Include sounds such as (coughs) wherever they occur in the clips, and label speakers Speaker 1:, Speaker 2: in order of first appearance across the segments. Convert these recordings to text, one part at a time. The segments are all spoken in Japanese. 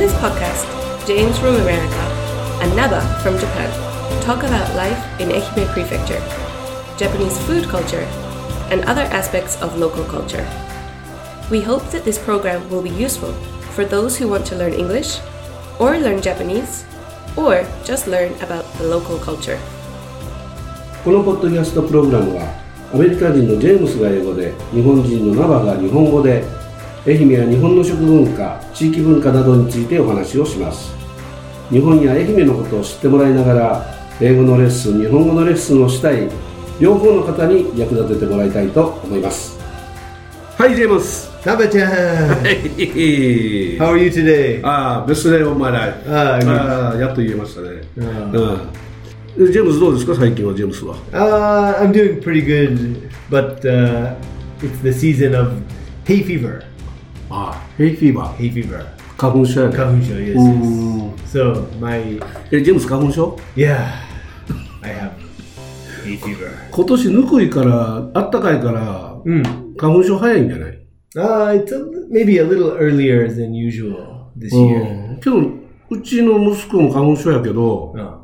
Speaker 1: this podcast, James from America and Naba from Japan talk about life in Ehime Prefecture, Japanese food culture, and other aspects of local culture. We hope that this program will be useful for those who want to learn English, or learn Japanese, or just learn about the local culture.
Speaker 2: このポッドキャストプログラムはアメリカ人のジェームスが英語で日本人のナバが日本語で愛媛や日本の食文化地域文化などについてお話をします日本や愛媛のことを知ってもらいながら英語のレッスン日本語のレッスンをしたい両方の方に役立ててもらいたいと思いますはいジェームス
Speaker 3: Naba-chan, how are you today?
Speaker 2: ああ、別でお前ら。
Speaker 3: ああ
Speaker 2: ああ、やっと言えましたね。
Speaker 3: あ
Speaker 2: うん。ジェームズどうですか、最近はジェームスは。
Speaker 3: Uh, I'm doing pretty good, but uh, it's the season of hay fever.
Speaker 2: ああ、ヘイフィーバー。
Speaker 3: Hay fever.
Speaker 2: 花粉症やね。
Speaker 3: Kahusha, yes,
Speaker 2: う
Speaker 3: yes.
Speaker 2: ーん
Speaker 3: So, my.
Speaker 2: え、ジェームス花粉症
Speaker 3: Yeah, I have hay fever.
Speaker 2: 今年ぬくいから、あったかいから、
Speaker 3: Mm.
Speaker 2: 花粉症早いんじゃない
Speaker 3: Uh, it's a, maybe a little earlier than usual this year.
Speaker 2: うん。けど、うちの息子も花粉症やけど、
Speaker 3: Oh,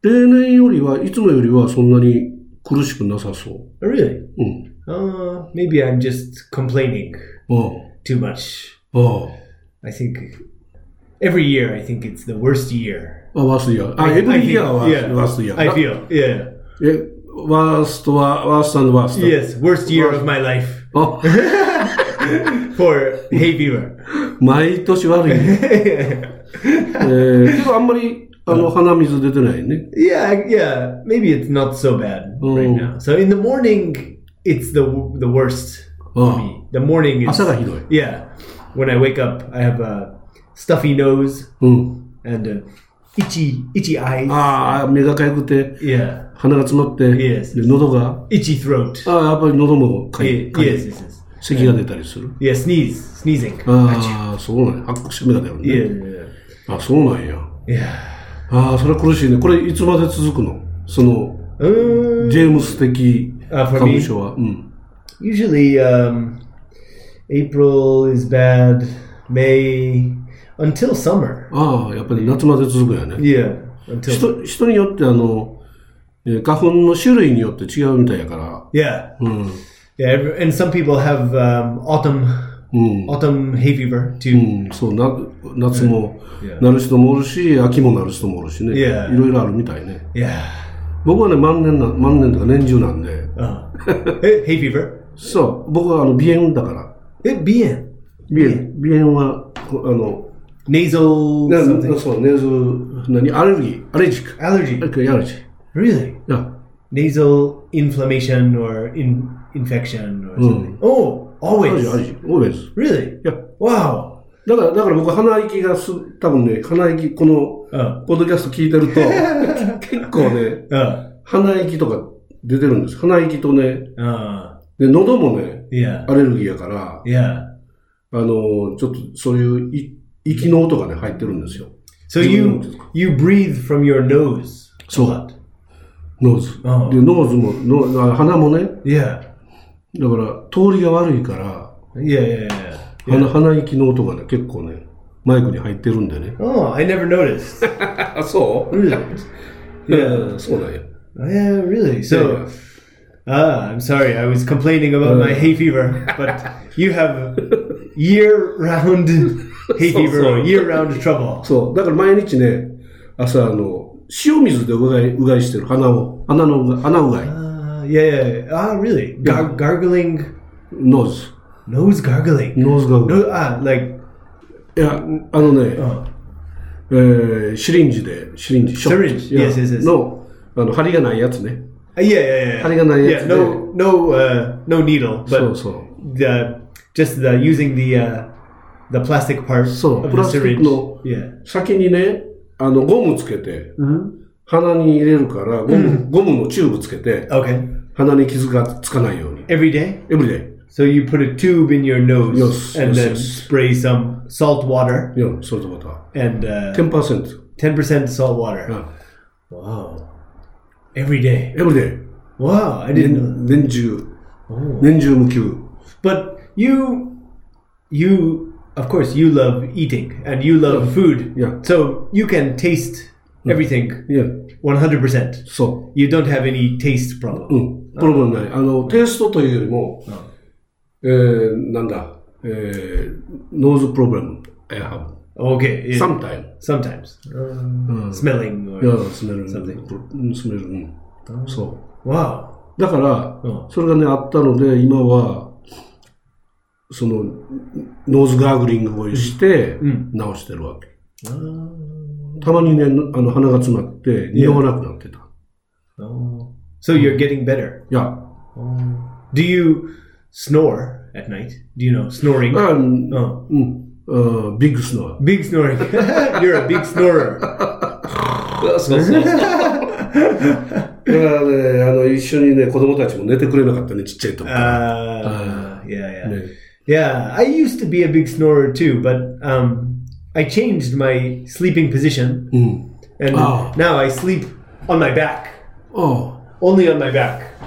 Speaker 2: 例年よりはいつもよりはそんなに苦しくなさそ
Speaker 3: Oh, really?
Speaker 2: う。うん。
Speaker 3: Uh, maybe I'm just complaining
Speaker 2: うん。
Speaker 3: too much.
Speaker 2: うん。
Speaker 3: I think every year, I think it's the worst year
Speaker 2: あ、ワーストイヤー。あ、エブ
Speaker 3: I
Speaker 2: リ
Speaker 3: think-
Speaker 2: イヤーはワ
Speaker 3: yeah,
Speaker 2: ーストイヤー。
Speaker 3: I feel, yeah.
Speaker 2: え、ワーストは、ワーストワースト。
Speaker 3: Yes, worst year of my life
Speaker 2: あ
Speaker 3: for hay fever.
Speaker 2: 毎年悪い (laughs) ね。えー、けどあんまり、あの、鼻水出てないね。
Speaker 3: Yeah, yeah. Maybe it's not so bad right
Speaker 2: Mm.
Speaker 3: now. So in the morning, it's the the worst.
Speaker 2: あ
Speaker 3: The morning
Speaker 2: あ
Speaker 3: is
Speaker 2: 朝がひどい。
Speaker 3: yeah. When I wake up, I have a stuffy nose
Speaker 2: うん。
Speaker 3: and a itchy itchy eyes.
Speaker 2: ああ、目がかゆくて、
Speaker 3: Yeah,
Speaker 2: 鼻が詰まって、
Speaker 3: Yes.
Speaker 2: で喉が、
Speaker 3: itchy throat.
Speaker 2: ああ、やっぱり喉もか
Speaker 3: Yeah,
Speaker 2: ゆい。かゆい
Speaker 3: yes, yes, yes.
Speaker 2: 咳が出たりする。
Speaker 3: Yeah, sneeze, sneezing.
Speaker 2: ああ、そうなんや。発し目が出る
Speaker 3: Yeah,
Speaker 2: ね。
Speaker 3: yeah,
Speaker 2: あそうなんや。
Speaker 3: yeah.
Speaker 2: ああ、それは苦しいね。これ、いつまで続くのその、
Speaker 3: Uh,
Speaker 2: ジェームス的
Speaker 3: あ
Speaker 2: 花粉症は。うん。
Speaker 3: Usually, um, April is bad, May until summer.
Speaker 2: ああ、やっぱり夏まで続くんやね。
Speaker 3: Yeah, until
Speaker 2: 人人によってあの、えー花粉の種類によって違うみたいやから、
Speaker 3: yeah,
Speaker 2: うん、
Speaker 3: yeah. Every, and some people have um, autumn,
Speaker 2: うん、
Speaker 3: autumn hay fever
Speaker 2: う
Speaker 3: too.
Speaker 2: ん、そうな夏も
Speaker 3: いや
Speaker 2: なる人もおるし、秋もなる人もおるしね、
Speaker 3: いや
Speaker 2: いろいろあるみたいね。
Speaker 3: Yeah.
Speaker 2: 僕はね、万年な、万年とか年中なんで、
Speaker 3: Oh. hey, hay fever. Eh,
Speaker 2: そう、僕はあの鼻炎だから、
Speaker 3: It bien
Speaker 2: 鼻炎、鼻炎は、こあの、
Speaker 3: nasal
Speaker 2: な
Speaker 3: something
Speaker 2: そう、ネズ、何、アレルギー、アレルジック、
Speaker 3: allergy.
Speaker 2: アレルギーアレルジック。
Speaker 3: Really,
Speaker 2: いや
Speaker 3: nasal inflammation or in, infection or something. Oh,
Speaker 2: アレルギー、アレ
Speaker 3: always.
Speaker 2: ルギー、オーベーズ。
Speaker 3: Really?
Speaker 2: いや、
Speaker 3: Wow.
Speaker 2: だから、だから僕、鼻息がす、多分ね、鼻息、この、
Speaker 3: Uh,
Speaker 2: ポッドキャスト聞いて (laughs) ると、結構ね、
Speaker 3: uh,
Speaker 2: 鼻息とか出てるんです。鼻息とね、
Speaker 3: uh,
Speaker 2: で喉もね、
Speaker 3: yeah,
Speaker 2: アレルギーやから、
Speaker 3: yeah.
Speaker 2: あの、ちょっとそういうい息の音がね、入ってるんですよ。
Speaker 3: So
Speaker 2: Do you
Speaker 3: you
Speaker 2: notice?
Speaker 3: you breathe from your nose. a
Speaker 2: So-
Speaker 3: lot.
Speaker 2: ノーズ。
Speaker 3: ああ
Speaker 2: で、ノーズも、のあ鼻もね、
Speaker 3: Yeah.
Speaker 2: だから通りが悪いから、
Speaker 3: Yeah, yeah, yeah.
Speaker 2: 鼻鼻息の音がね、結構ね、マイクに入ってるんでね。
Speaker 3: Oh, I never (laughs) noticed.
Speaker 2: あ、そう
Speaker 3: really?
Speaker 2: いや、そうなんや。
Speaker 3: Oh, Yeah, Uh. really. So, ah, I'm sorry. I was complaining about my hay fever, but you have (laughs) year-round hay
Speaker 2: So,
Speaker 3: fever,
Speaker 2: so.
Speaker 3: or year-round trouble.
Speaker 2: そう、だから毎日ね、朝、あの、塩水でうがい、うがいしてる。鼻を。鼻のうがい、鼻うがい。
Speaker 3: Ah, yeah, yeah, yeah. Ah, really? Gar- gargling,
Speaker 2: ノーズ。
Speaker 3: nose gargling.
Speaker 2: ノーズがうがい。
Speaker 3: No, ah, like
Speaker 2: いや、あのね、
Speaker 3: oh,
Speaker 2: えーシリンジで、シリンジ、シ
Speaker 3: シリンジ
Speaker 2: いや
Speaker 3: Yes, yes, yes.
Speaker 2: の、あの、針がないやつね。
Speaker 3: Ah, yeah, yeah, yeah.
Speaker 2: Harigana,
Speaker 3: yeah, no, no, uh, no needle, but
Speaker 2: そうそう。
Speaker 3: the just the using the uh, the plastic part
Speaker 2: So,
Speaker 3: of the
Speaker 2: plastic
Speaker 3: syringe.
Speaker 2: no.
Speaker 3: Yeah.
Speaker 2: 先にね、あの、ゴムつけて、鼻に入れるから、ゴム、ゴムのチューブつけて、
Speaker 3: Okay.
Speaker 2: 鼻に傷がつかないように。
Speaker 3: Every day.
Speaker 2: エブリデ
Speaker 3: So you put a tube in your nose
Speaker 2: Yes,
Speaker 3: and
Speaker 2: yes,
Speaker 3: then
Speaker 2: yes.
Speaker 3: spray some salt water
Speaker 2: イ。いや、それとまた、
Speaker 3: and uh,
Speaker 2: 10%。
Speaker 3: 10% salt water. Wow. Every day.
Speaker 2: エブリデイ。
Speaker 3: Wow, I
Speaker 2: Mm-hmm.
Speaker 3: didn't know.
Speaker 2: 年中、
Speaker 3: Oh.
Speaker 2: 年中無休。
Speaker 3: But you you of course, you love eating and you love food.
Speaker 2: Yeah.
Speaker 3: So you can taste everything
Speaker 2: いや、
Speaker 3: 100%.
Speaker 2: そ
Speaker 3: You don't have any taste problem.
Speaker 2: う。うん。プロブレムない。あの、テイストというよりも、えー、なんだ、えー、ノーズプロブレム、I have.
Speaker 3: Okay. it-
Speaker 2: Sometime.
Speaker 3: Sometimes. Uh, Smelling or
Speaker 2: いや、スメル、スメ
Speaker 3: something.
Speaker 2: ル、うん。そう。
Speaker 3: Wow.
Speaker 2: だから、
Speaker 3: うん
Speaker 2: それがね、あったので、今は、その、ノーズガーグリングをして、直してるわけ。たまにね、あの、鼻が詰まって、匂わなくなってた。い
Speaker 3: Oh. So you're getting better.
Speaker 2: や、
Speaker 3: Do you snore at night? Do you know snoring?
Speaker 2: あうん、
Speaker 3: Oh.
Speaker 2: うん、ビッグスノ
Speaker 3: Big snoring. (laughs) you're a big snorer.
Speaker 2: ー。そうそう。だからね、あの、一緒にね、子供たちも寝てくれなかったね、ちっちゃいと。
Speaker 3: (laughs) Uh, yeah, yeah.
Speaker 2: ね
Speaker 3: Yeah, I used to be a big snorer too, but um, I changed my sleeping position,
Speaker 2: うん。
Speaker 3: and
Speaker 2: Ah.
Speaker 3: now I sleep on my back,
Speaker 2: あ
Speaker 3: only on my back.
Speaker 2: あ、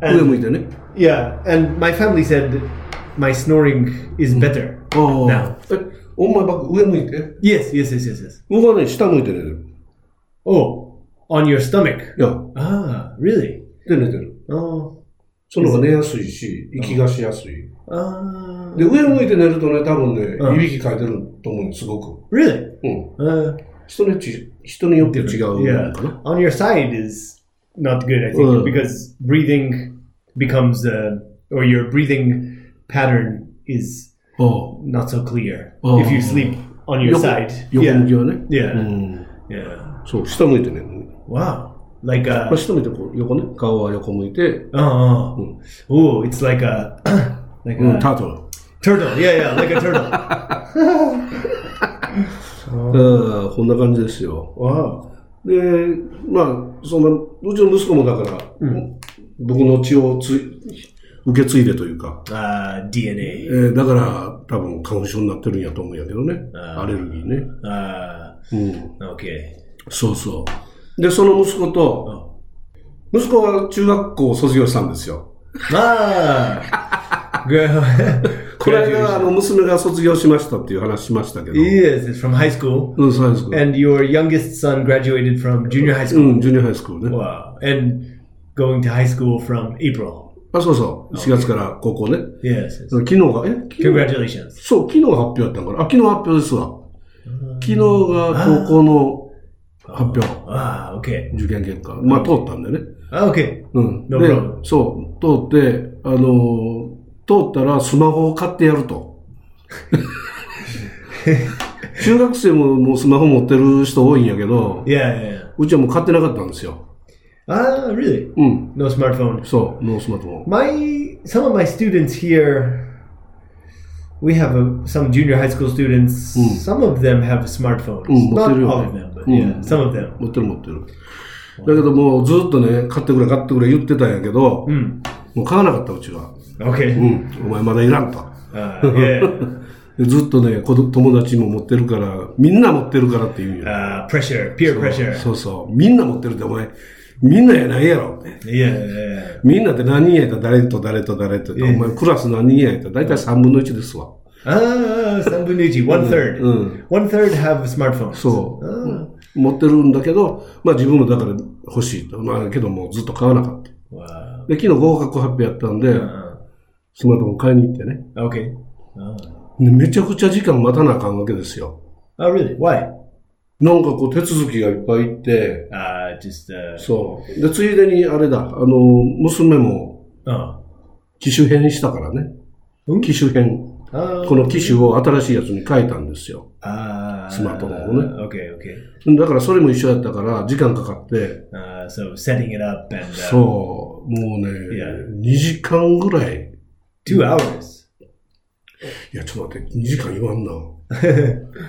Speaker 2: ああ、上向いてね。
Speaker 3: Yeah, and my family said my snoring is better.
Speaker 2: あ
Speaker 3: now.
Speaker 2: あ。え、お前ばっか上向いて。
Speaker 3: Yes, yes, yes, yes, yes.
Speaker 2: 僕はね、下向いて寝てる。
Speaker 3: Oh, on your stomach.
Speaker 2: いや、
Speaker 3: Ah, really?
Speaker 2: で寝てる。
Speaker 3: Oh,
Speaker 2: その方が寝やすいし、息がしやすい。
Speaker 3: ah,
Speaker 2: で、上向いて寝るとね、多分ね、
Speaker 3: うん
Speaker 2: いびきかいてると思うよ、すごく。
Speaker 3: really?
Speaker 2: うん。
Speaker 3: Uh,
Speaker 2: 人によち人によって違う
Speaker 3: yeah.
Speaker 2: のかな。
Speaker 3: On your side is not good, I think,
Speaker 2: Mm.
Speaker 3: because breathing becomes, uh, or your breathing pattern is
Speaker 2: ああ
Speaker 3: not so clear
Speaker 2: Oh.
Speaker 3: if you sleep on your Mm.
Speaker 2: 横
Speaker 3: side.
Speaker 2: 横
Speaker 3: yeah.
Speaker 2: 向きはね。
Speaker 3: Yeah.
Speaker 2: うん。
Speaker 3: yeah.
Speaker 2: そう、下向いて寝るのね。
Speaker 3: Wow. Like uh,
Speaker 2: まあ、
Speaker 3: a.
Speaker 2: 下向いてこう、横ね。顔は横向いて、
Speaker 3: Oh, oh. Ooh, it's like a. (clears throat) like
Speaker 2: うん、
Speaker 3: a
Speaker 2: タート
Speaker 3: turtle. Yeah, yeah, like a turtle.
Speaker 2: ル。うん、こんな感じですよ。
Speaker 3: wow.
Speaker 2: で、まあ、そんな、うちの息子もだから、僕の血をつい受け継いでというか、
Speaker 3: Uh,
Speaker 2: え
Speaker 3: DNA.
Speaker 2: ーだから、多分花粉症になってるんやと思うんやけどね。
Speaker 3: あー
Speaker 2: アレルギーね。
Speaker 3: Uh,
Speaker 2: うん。
Speaker 3: okay. Oh.
Speaker 2: そうそう。で、その息子と、息子は中学校を卒業したんですよ。
Speaker 3: Ah. (laughs) Gra-
Speaker 2: これ
Speaker 3: graduation.
Speaker 2: が、あの、娘が卒業しましたっていう話しましたけど。
Speaker 3: Yes, it's from high school.
Speaker 2: うん、そうですか
Speaker 3: And your youngest son graduated from junior high
Speaker 2: う
Speaker 3: school.
Speaker 2: ん、ジュニアハイスクールね。
Speaker 3: Wow. And going to high school from April.
Speaker 2: あ、そうそう。4月から高校ね。
Speaker 3: Yes.
Speaker 2: 昨日が、え昨日
Speaker 3: Congratulations.
Speaker 2: そう、昨日発表やったんから。あ、昨日発表ですわ。昨日が高校の発表。
Speaker 3: Ah, okay.
Speaker 2: 受験結果。まあ、通ったんでね。
Speaker 3: Ah, okay.
Speaker 2: うん。
Speaker 3: No
Speaker 2: で
Speaker 3: problem.、
Speaker 2: そう、通って、あのー通ったらスマホを買ってやる (laughs) と。中学生ももうスマホ持ってる人多いんやけど、
Speaker 3: Yeah, yeah, yeah.
Speaker 2: うちはもう買ってなかったんですよ。
Speaker 3: Ah, really?
Speaker 2: うん。
Speaker 3: No smartphone.
Speaker 2: そう、ノースマートフォン。
Speaker 3: My some of my students here. We have a, some junior high school students. Some of them have smartphones.
Speaker 2: Mm, Hmm.
Speaker 3: Not
Speaker 2: material.
Speaker 3: all of them, but
Speaker 2: Mm.
Speaker 3: yeah, some of them.
Speaker 2: 持ってる持ってる。だけどもうずっとね、買ってくれ買ってくれ言ってたんやけど、
Speaker 3: Mm.
Speaker 2: もう買わなかったうちは。
Speaker 3: Okay.
Speaker 2: うん。お前まだいらんと。
Speaker 3: Uh, yeah.
Speaker 2: (laughs) でずっとね、子ど友達も持ってるから、みんな持ってるからって言うんよ。
Speaker 3: Uh, pressure, peer pressure.
Speaker 2: そうそう。みんな持ってるってお前、みんなやないやろって。
Speaker 3: Yeah, yeah.
Speaker 2: みんなって何人やったら誰と誰と誰と、お前クラス何人やったら大体3分の1ですわ。
Speaker 3: Ah, Sambunuji,
Speaker 2: Hmm.
Speaker 3: one third. One third have smartphones.
Speaker 2: そう。
Speaker 3: Ah,
Speaker 2: 持ってるんだけど、まあ自分もだから欲しいと。まあけどもうずっと買わなかった。
Speaker 3: wow.
Speaker 2: で、昨日合格発表やったんで、
Speaker 3: Uh,
Speaker 2: スマートフォン買いに行ってね。
Speaker 3: okay. Ah.
Speaker 2: でめちゃくちゃ時間待たなあかんわけですよ。
Speaker 3: Oh, really? Why?
Speaker 2: なんかこう手続きがいっぱいいって、
Speaker 3: Uh, just, uh,
Speaker 2: そう。で、ついでにあれだ、あの、娘も
Speaker 3: oh.
Speaker 2: 機種変したからね。
Speaker 3: うん
Speaker 2: 機種変。
Speaker 3: Ah,
Speaker 2: この機種を新しいやつに変えたんですよ。
Speaker 3: ah,
Speaker 2: smartphone.
Speaker 3: Okay, okay.
Speaker 2: だからそれも一緒やったから、時間かかって、
Speaker 3: Uh, so setting it up and uh,
Speaker 2: そう、もうね、
Speaker 3: いや
Speaker 2: 2時間ぐらい。
Speaker 3: two hours.
Speaker 2: いや、ちょっと待って、2時間言わんな。2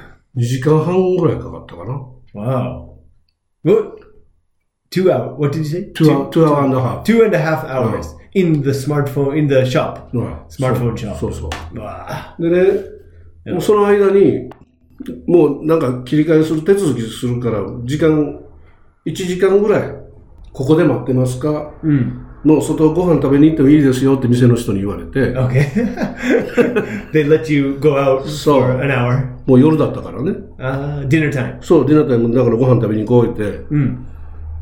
Speaker 2: 時間半ぐらいかかったかな。
Speaker 3: Wow. What? Two hours. What did you say?
Speaker 2: Two hour- two hour and a half.
Speaker 3: Two and a half hours in the smartphone in the shop.
Speaker 2: まあ
Speaker 3: スマートフォンじゃん
Speaker 2: そうそうそ
Speaker 3: Wow.
Speaker 2: う。でね、もうその間に、もうなんか切り替えする手続きするから、時間、1時間ぐらい、ここで待ってますか
Speaker 3: Mm.
Speaker 2: の外ご飯食べに行ってもいいですよって店の人に言われて、
Speaker 3: Okay. (laughs) they let you go out
Speaker 2: So-
Speaker 3: for an hour.
Speaker 2: もう夜だったからね。
Speaker 3: Uh, dinner time.
Speaker 2: そう、ディナータイムだからご飯食べに行こうって、
Speaker 3: Mm.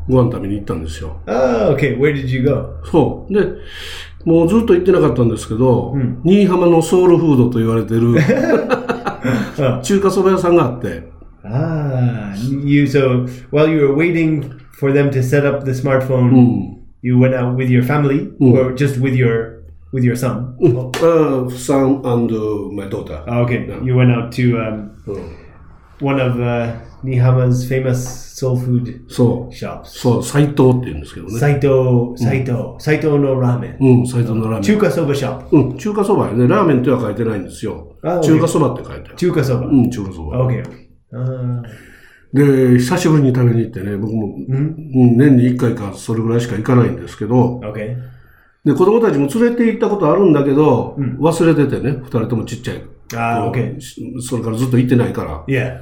Speaker 2: ご飯食べに行ったんですよ。
Speaker 3: Oh, okay. Where did you go?
Speaker 2: そう。で、もうずっと行ってなかったんですけど、新居浜のソウルフードと言われてる
Speaker 3: Oh.
Speaker 2: 中華そば屋さんがあって、
Speaker 3: Ah, you. So while you were waiting for them to set up the
Speaker 2: う
Speaker 3: smartphone,
Speaker 2: ん。
Speaker 3: you went out with your family
Speaker 2: Hmm.
Speaker 3: or just with your with your son.
Speaker 2: あサン and my daughter.
Speaker 3: Ah, okay, you went out to um,
Speaker 2: うん、
Speaker 3: one of uh, Nihama's famous soul food
Speaker 2: そう。
Speaker 3: shops.
Speaker 2: そう、斎藤って言うんですけどね。
Speaker 3: Saito, Saito, Saito no ramen.
Speaker 2: うん、斎藤のラーメン。
Speaker 3: Chuka soba shop.
Speaker 2: うん、中華そばやね。ラーメンとは書いてないんですよ。
Speaker 3: あ
Speaker 2: 中華そばって書いてある。
Speaker 3: Chuka soba.
Speaker 2: うん、中華そば。
Speaker 3: Okay. okay. Ah.
Speaker 2: で、久しぶりに食べに行ってね、僕も、うん年に1回かそれぐらいしか行かないんですけど、
Speaker 3: okay.
Speaker 2: で、子供たちも連れて行ったことあるんだけど、忘れててね、二人ともちっちゃい。
Speaker 3: Ah, okay.
Speaker 2: しそれからずっと行ってないから。
Speaker 3: Yeah.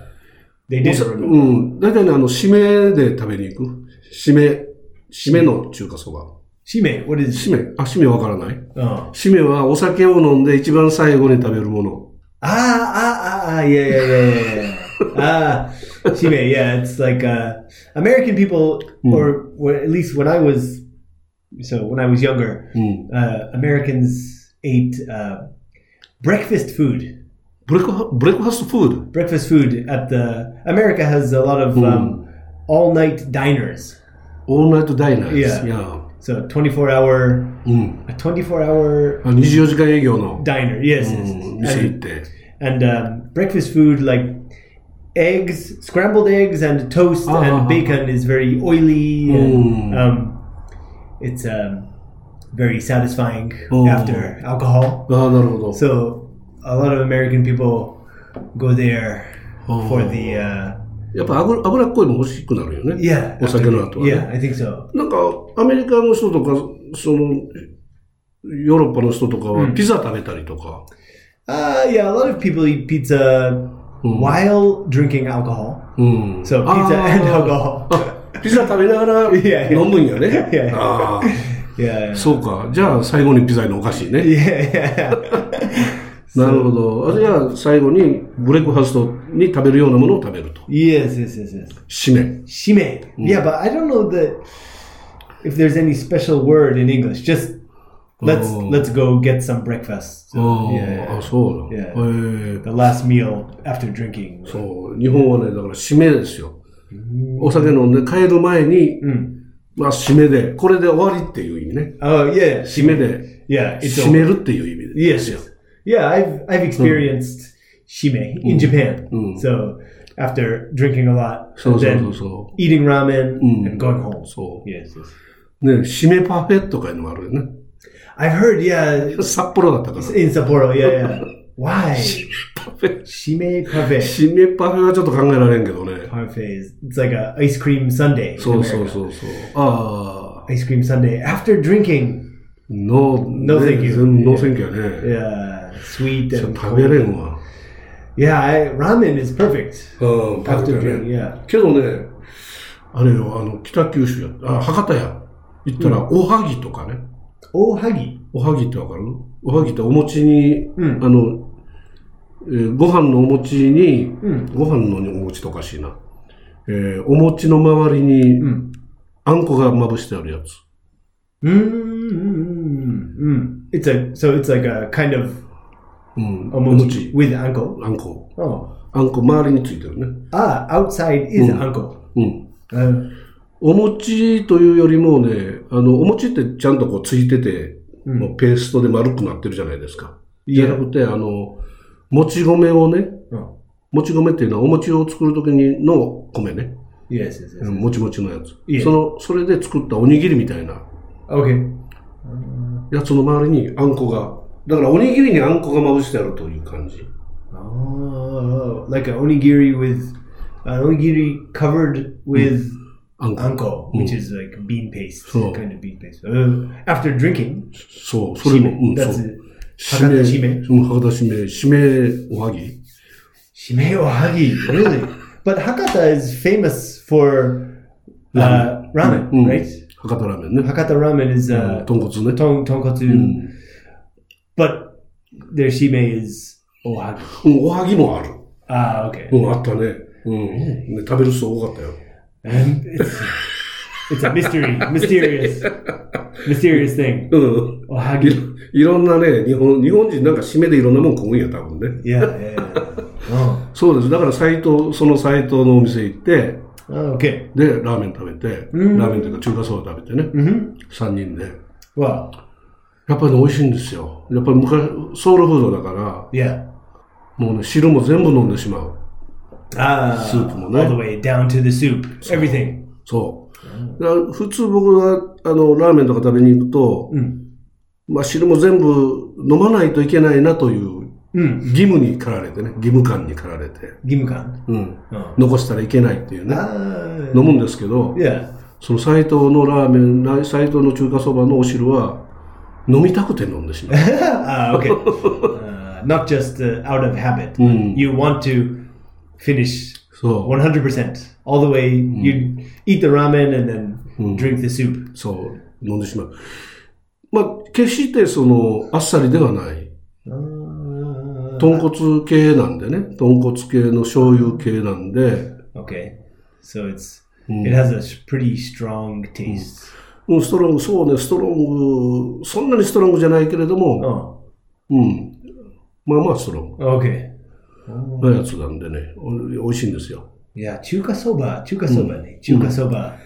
Speaker 3: They did
Speaker 2: う
Speaker 3: remember.
Speaker 2: ん、大体ね、あの、締めで食べに行く。締め、締めの中華そば。
Speaker 3: Shime, what is
Speaker 2: 締め、あ、締めわからない
Speaker 3: oh.
Speaker 2: 締めはお酒を飲んで一番最後に食べるもの。
Speaker 3: Ah, ah, ah, ah, yeah, yeah, yeah, yeah, yeah. ah, Shime, yeah, it's like uh, American people, or well, at least when I was, so when I was younger,
Speaker 2: うん。
Speaker 3: uh, Americans ate uh, breakfast food.
Speaker 2: ブレックファブレックファストフード。
Speaker 3: Breakfast food at the America has a lot of um, all night diners,
Speaker 2: オールナイトダイナーです
Speaker 3: Yeah.。
Speaker 2: いや
Speaker 3: so twenty four hour,
Speaker 2: うん。
Speaker 3: a twenty four hour
Speaker 2: あ24時間営業の
Speaker 3: diner. Yes,
Speaker 2: うん
Speaker 3: yes, yes.
Speaker 2: 店
Speaker 3: And-
Speaker 2: 行って。
Speaker 3: and um, breakfast food like eggs, scrambled eggs, and toast
Speaker 2: Ah, ah, ah,
Speaker 3: and bacon is very oily. And,
Speaker 2: Mm.
Speaker 3: um, it's um, very satisfying
Speaker 2: Oh.
Speaker 3: after alcohol.
Speaker 2: ああ、なるほど。
Speaker 3: So a lot of American people go there for
Speaker 2: Oh.
Speaker 3: the uh,
Speaker 2: やっぱ油脂っこいも欲しくなるよね。
Speaker 3: yeah
Speaker 2: お酒
Speaker 3: after-
Speaker 2: の後は
Speaker 3: yeah
Speaker 2: ね。
Speaker 3: I think so.
Speaker 2: なんか、アメリカの人とか、その、ヨーロッパの人とかはピザ食べたりとか。
Speaker 3: Uh, yeah, a lot of people eat pizza while drinking alcohol.
Speaker 2: うん。
Speaker 3: So
Speaker 2: Mm.
Speaker 3: pizza
Speaker 2: Ah.
Speaker 3: and
Speaker 2: (laughs)
Speaker 3: (laughs) alcohol.
Speaker 2: ピザ食べながら (laughs)
Speaker 3: Yeah, yeah.
Speaker 2: 飲むんや
Speaker 3: Yeah,
Speaker 2: ね。
Speaker 3: yeah.
Speaker 2: ああ、
Speaker 3: yeah,
Speaker 2: そうか。じゃあ最後にピザのお菓子ね。
Speaker 3: (laughs) yeah, yeah.
Speaker 2: なるほど。あじゃあ最後にブレックファストに食べるようなものを食べると。
Speaker 3: yes, yes, yes, yes.
Speaker 2: 締め。
Speaker 3: Shime. Yeah, but I don't know the if there's any special word in English. Just let's
Speaker 2: Oh.
Speaker 3: let's go get some breakfast. So,
Speaker 2: ああ、
Speaker 3: yeah,
Speaker 2: あそうだ。へえ
Speaker 3: Yeah. the last meal after drinking.
Speaker 2: そう日本はね、だから締めですよ。お酒飲んで帰る前に、まあ締めで、これで終わりっていう意味ね。
Speaker 3: Oh yeah,
Speaker 2: 締めで、
Speaker 3: yeah. It's
Speaker 2: 締
Speaker 3: over.
Speaker 2: めるっていう意味
Speaker 3: Yes,
Speaker 2: です
Speaker 3: yes.
Speaker 2: よ。
Speaker 3: yeah. I've I've experienced shime in Japan. So after drinking a lot,
Speaker 2: そうそう
Speaker 3: and then
Speaker 2: そうそ
Speaker 3: eating ramen and going
Speaker 2: う。
Speaker 3: home.
Speaker 2: そう。
Speaker 3: Yes, yes.
Speaker 2: ね、締めパフェとかいうのもあるよね。
Speaker 3: I've heard. Yeah,
Speaker 2: 札幌だったから。
Speaker 3: in Sapporo. Yeah, yeah. Why
Speaker 2: パフェ
Speaker 3: shime pave?
Speaker 2: 締めパフェはちょっと考えられんけどね。
Speaker 3: parfait is it's like a ice cream sundae. in
Speaker 2: そうそう
Speaker 3: America.
Speaker 2: そうそう。ああ、
Speaker 3: Ice cream sundae after drinking.
Speaker 2: ノー、
Speaker 3: No thank you.
Speaker 2: ノーセンキューね。
Speaker 3: Yeah, sweet
Speaker 2: ちょっ
Speaker 3: and
Speaker 2: と食べ
Speaker 3: cold.
Speaker 2: れんわ。
Speaker 3: yeah. I, ramen is perfect
Speaker 2: うん、食
Speaker 3: after
Speaker 2: べれ
Speaker 3: drinking.
Speaker 2: ん。
Speaker 3: Yeah.
Speaker 2: けどね、あれよ、あの、北九州や、あ、博多や、行ったら、おはぎとかね。
Speaker 3: Oh hagi.
Speaker 2: おはぎってわかるおはぎってお餅に、
Speaker 3: うん
Speaker 2: あの、えーご飯のお餅に、
Speaker 3: ん
Speaker 2: ご飯のお餅とおかしいな。えーお餅の周りに、
Speaker 3: ん
Speaker 2: あんこがまぶしてあるやつ。
Speaker 3: Mm, mm. It's a so it's like a kind of
Speaker 2: うん、お餅。
Speaker 3: omochi with anko.
Speaker 2: あんこ。
Speaker 3: Oh
Speaker 2: あんこ周りについてるね。
Speaker 3: ah, outside is anko.
Speaker 2: うん。
Speaker 3: Uh,
Speaker 2: お餅というよりもね、あの、お餅ってちゃんとこうついてて、もうペーストで丸くなってるじゃないですか。じゃな
Speaker 3: mm. yeah.
Speaker 2: くて、あの、もち米をね、
Speaker 3: Oh.
Speaker 2: もち米っていうのはお餅を作るときにの米ね。
Speaker 3: Yes, yes, yes.
Speaker 2: もちもちのやつ。
Speaker 3: いえ
Speaker 2: その、それで作ったおにぎりみたいな
Speaker 3: Okay.
Speaker 2: やつの周りにあんこが。だからおにぎりにあんこがまぶしてあるという感じ。
Speaker 3: Oh, like an onigiri with an onigiri covered with
Speaker 2: あんこ。
Speaker 3: anko, which is like bean paste,
Speaker 2: So-
Speaker 3: kind of bean paste. Uh, after drinking,
Speaker 2: そう、それも、うん、そ
Speaker 3: that's
Speaker 2: う。
Speaker 3: it. 博多締め
Speaker 2: うん、博多締め、締めおはぎ。
Speaker 3: Shimei Ohagi, really. but Hakata is famous for uh, ramen,
Speaker 2: うん
Speaker 3: right?
Speaker 2: 博博多ラーメンね。
Speaker 3: Hakata ramen is uh,
Speaker 2: 豚骨ね。
Speaker 3: ton tonkatsu,
Speaker 2: うん。
Speaker 3: but their shime is ohagi.
Speaker 2: うんおはぎもある。
Speaker 3: Ah, okay.
Speaker 2: うん、あったね。うん。ね食べる人多かったよ。
Speaker 3: And (laughs) it's, it's a mystery, mysterious, mysterious thing.
Speaker 2: うん。 (laughs) い
Speaker 3: Ohagi.
Speaker 2: ろいろんなね、日本、日本人なんか締めでいろんなもん食うんや、多分ね。
Speaker 3: Yeah, yeah. yeah. Oh.
Speaker 2: そうです。だから斎藤、その斎藤のお店行って、
Speaker 3: oh, okay.
Speaker 2: で、ラーメン食べて、
Speaker 3: うん
Speaker 2: ラーメンというか中華そば食べてね、
Speaker 3: Mm-hmm.
Speaker 2: 3人で。
Speaker 3: Wow.
Speaker 2: やっぱりね、美味しいんですよ。やっぱり昔、ソウルフードだから、
Speaker 3: Yeah.
Speaker 2: もうね、汁も全部飲んでしまう。
Speaker 3: Ah,
Speaker 2: Soup,
Speaker 3: all
Speaker 2: right?
Speaker 3: the way down to the soup, everything.
Speaker 2: そう。だから普通僕は、あの、ラーメンとか食べに行くと、
Speaker 3: Mm.
Speaker 2: まあ汁も全部飲まないといけないなという
Speaker 3: Mm.
Speaker 2: 義務に駆られてね、義務感に駆られて、
Speaker 3: Gimukan.
Speaker 2: うん。
Speaker 3: Oh.
Speaker 2: 残したらいけないっていうね、
Speaker 3: Ah,
Speaker 2: 飲むんですけど、
Speaker 3: yeah. (laughs)
Speaker 2: その斎藤のラーメン、ラ斎藤の中華そばのお汁は、飲みたくて飲んでしまう。
Speaker 3: Ah, okay. uh, not just uh, out of habit.
Speaker 2: Mm.
Speaker 3: You want to finish
Speaker 2: そ
Speaker 3: 100%. All the way, you eat the ramen and then drink the soup.
Speaker 2: う。そう。飲んでしまう。まあ、決してその、あっさりではない。
Speaker 3: Ah,
Speaker 2: 豚骨系なんでね。豚骨系の醤油系なんで、
Speaker 3: okay. So it's it has a s- pretty strong taste.
Speaker 2: うん、ストロング、そうね、ストロング、そんなにストロングじゃないけれども、
Speaker 3: Oh,
Speaker 2: うん。まあまあストロン
Speaker 3: okay.
Speaker 2: グなやつなんでね、お美味しいんですよ。
Speaker 3: Yeah, chuka soba, chuka soba, ne, chuka soba.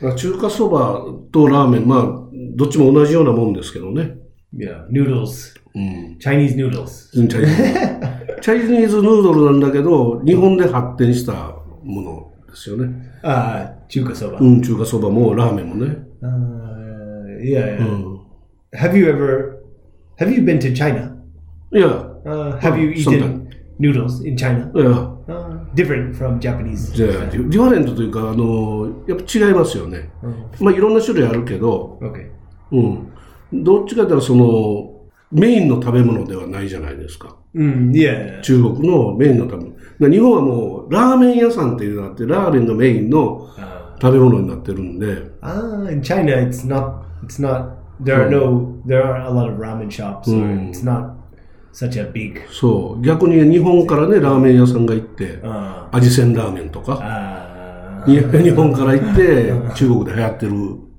Speaker 2: まあ中華そばとラーメン、まあ、どっちも同じようなもんですけどね。
Speaker 3: Yeah, noodles,
Speaker 2: うん。
Speaker 3: Chinese noodles.
Speaker 2: チャイニーズチャイニーズヌードルなんだけど、日本で発展したものですよね。
Speaker 3: Ah, chuka soba.
Speaker 2: うん、中華そばもラーメンもね。
Speaker 3: Uh, yeah. yeah.
Speaker 2: うん。
Speaker 3: Have you ever? Have you been to China?
Speaker 2: いや、
Speaker 3: Uh, have you eaten
Speaker 2: sometime.
Speaker 3: noodles in China?
Speaker 2: いや、
Speaker 3: Uh, different from Japanese.
Speaker 2: じゃあ、ディディファレントというか、あの、やっぱ違いますよね。
Speaker 3: うん
Speaker 2: まあ、いろんな種類あるけど、
Speaker 3: Oh, Okay.
Speaker 2: うん。どっちかというと、その、メインの食べ物ではないじゃないですか。
Speaker 3: Mm, yeah.
Speaker 2: 中国のメインの食べ物。だ日本はもう、ラーメン屋さんっていうのがあって、ラーメンがメインの
Speaker 3: Uh,
Speaker 2: 食べ物になってるんで、
Speaker 3: ah, in China, it's not. It's not. There are no. There aren't a lot of ramen shops. Or
Speaker 2: Mm.
Speaker 3: it's not such a big.
Speaker 2: そう。逆に日本からね、ラーメン屋さんが行って、
Speaker 3: Uh,
Speaker 2: 味仙ラーメンとか、
Speaker 3: uh,
Speaker 2: に日本から行って、中国で流行ってる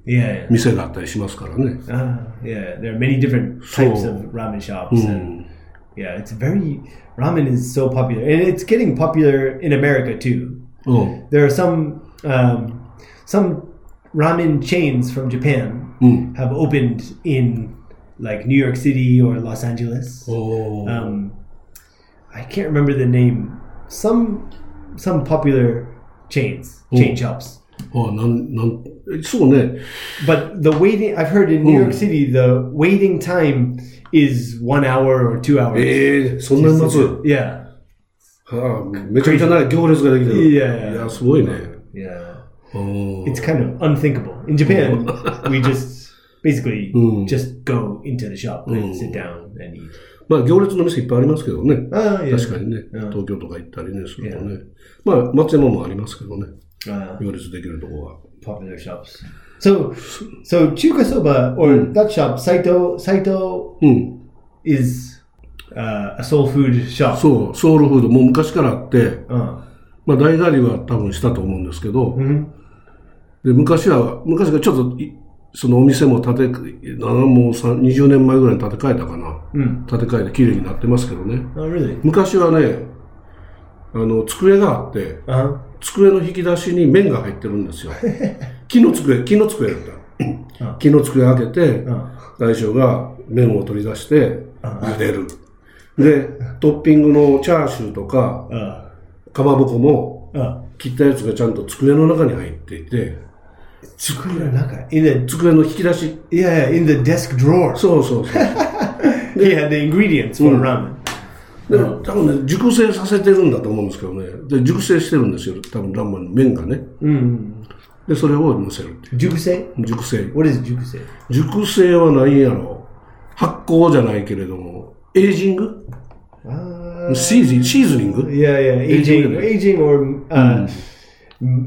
Speaker 3: yeah.
Speaker 2: 店があったりしますからね。
Speaker 3: Uh, yeah. There are many different types
Speaker 2: So-
Speaker 3: of ramen shops.
Speaker 2: う
Speaker 3: And
Speaker 2: ん。
Speaker 3: yeah, it's very ramen is so popular, and it's getting popular in America too.
Speaker 2: うん。
Speaker 3: there are some um, some ramen chains from Japan
Speaker 2: うん。
Speaker 3: have opened in like New York City or Los Angeles.
Speaker 2: おー
Speaker 3: Um, I can't remember the name. Some some popular chains, chain shops.
Speaker 2: あなん、なん、えそうね。
Speaker 3: But the waiting I've heard in New York City the waiting time is one hour or two hours.
Speaker 2: ええそんなに待つ
Speaker 3: Yeah.
Speaker 2: はあ、めちゃめちゃな行列ができてる。
Speaker 3: いやいやいや
Speaker 2: や、すごいね。
Speaker 3: Yeah.
Speaker 2: うん。
Speaker 3: It's kind of unthinkable. In Japan, (laughs) we just basically
Speaker 2: Mm.
Speaker 3: just go into the shop and sit down and eat.
Speaker 2: まあ、行列の店いっぱいありますけどね。
Speaker 3: Ah, yeah.
Speaker 2: 確かにね、
Speaker 3: うん
Speaker 2: 東京とか行ったりね、するとね。まあ、松山もありますけどね、
Speaker 3: Uh,
Speaker 2: 行列できるとこは。
Speaker 3: popular shops. So, so Chuka Soba or that shop, Saito, Saito
Speaker 2: うん。
Speaker 3: is uh, a soul food shop.
Speaker 2: そう、ソウルフード、もう昔からあって、
Speaker 3: Uh, mm-hmm.
Speaker 2: まあ、大ガリは多分したと思うんですけど、
Speaker 3: ん
Speaker 2: で昔は、昔がちょっとい、そのお店も建て、7もう3 20年前ぐらいに建て替えたかな。
Speaker 3: うん
Speaker 2: 建て替えて綺麗になってますけどね。
Speaker 3: Mm. oh, really?
Speaker 2: 昔はね、あの、机があって、
Speaker 3: Uh huh.
Speaker 2: 机の引き出しに麺が入ってるんですよ。木の机、木の机だった。木の机開けて、
Speaker 3: Uh,
Speaker 2: 大将が麺を取り出して、茹でる。で、トッピングのチャーシューとか、
Speaker 3: Uh,
Speaker 2: かまぼこも、
Speaker 3: uh,
Speaker 2: 切ったやつがちゃんと机の中に入っていて、
Speaker 3: Tsukuranaka. In the,
Speaker 2: 机の引き出し。
Speaker 3: yeah, in the desk drawer. (laughs)
Speaker 2: そうそうそう。
Speaker 3: He had the ingredients for ramen.
Speaker 2: で、多分ね、熟成させてるんだと思うんですけどね。で、熟成してるんですよ。多分ラーメンの麺がね。
Speaker 3: Mm.
Speaker 2: で、それを乗せるってい
Speaker 3: Jukusei?
Speaker 2: う。熟成。
Speaker 3: What is Jukusei?
Speaker 2: 熟成は何やろ発酵じゃないけれども、エイジング
Speaker 3: Uh,
Speaker 2: シーズンシーズニング
Speaker 3: Yeah, yeah,
Speaker 2: Aging.
Speaker 3: aging, aging or uh,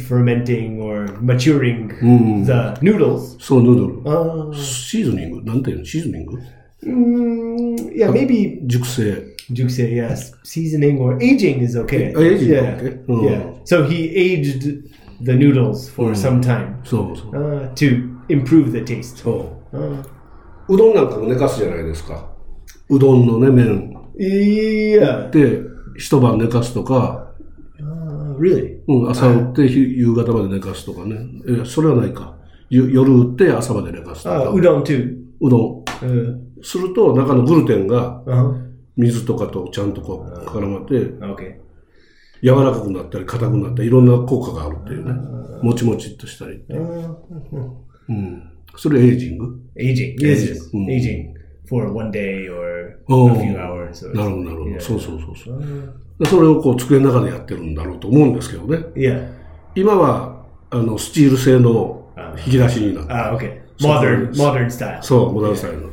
Speaker 3: fermenting or maturing
Speaker 2: Mm.
Speaker 3: the noodles.
Speaker 2: そう、ヌード
Speaker 3: Uh,
Speaker 2: ル。シーズニングなんていうのシーズニング
Speaker 3: mm, yeah, maybe
Speaker 2: 熟成。
Speaker 3: Jukse, yes. Seasoning or aging is okay.
Speaker 2: Oh, aging,
Speaker 3: yeah.
Speaker 2: okay. Oh.
Speaker 3: yeah. So he aged the noodles for some time
Speaker 2: そうそう。
Speaker 3: uh, to improve the taste. Ah,
Speaker 2: そう。うどんなんかも寝かすじゃないですか。うどんのね、麺。
Speaker 3: Yeah.
Speaker 2: で、一晩寝かすとか、
Speaker 3: Uh, really?
Speaker 2: うん、朝打ってひ夕方まで寝かすとかね。え、それはないか。ゆ夜打って朝まで寝かすとか。
Speaker 3: Uh, udon too.
Speaker 2: うどん。
Speaker 3: Uh,
Speaker 2: すると、中のグルテンが
Speaker 3: uh-huh.
Speaker 2: 水とかとちゃんとこう絡まって、
Speaker 3: Okay.
Speaker 2: 柔らかくなったり硬くなったり、いろんな効果があるっていうね。もちもちっとしたりって。
Speaker 3: Uh,
Speaker 2: うん。それエイジング
Speaker 3: aging. Yes, yes.
Speaker 2: Mm.
Speaker 3: Aging for one day or
Speaker 2: Oh.
Speaker 3: a few hours. Or
Speaker 2: なるほど、なる
Speaker 3: something.
Speaker 2: ほ
Speaker 3: Yeah.
Speaker 2: ど。そうそうそうそう。でそれをこう机の中でやってるんだろうと思うんですけどね。
Speaker 3: Yeah.
Speaker 2: 今は、あの、スチール製の引き出しになって。
Speaker 3: Ah, okay.
Speaker 2: So-
Speaker 3: Modern, modern style.
Speaker 2: そう、モダンスタイルの。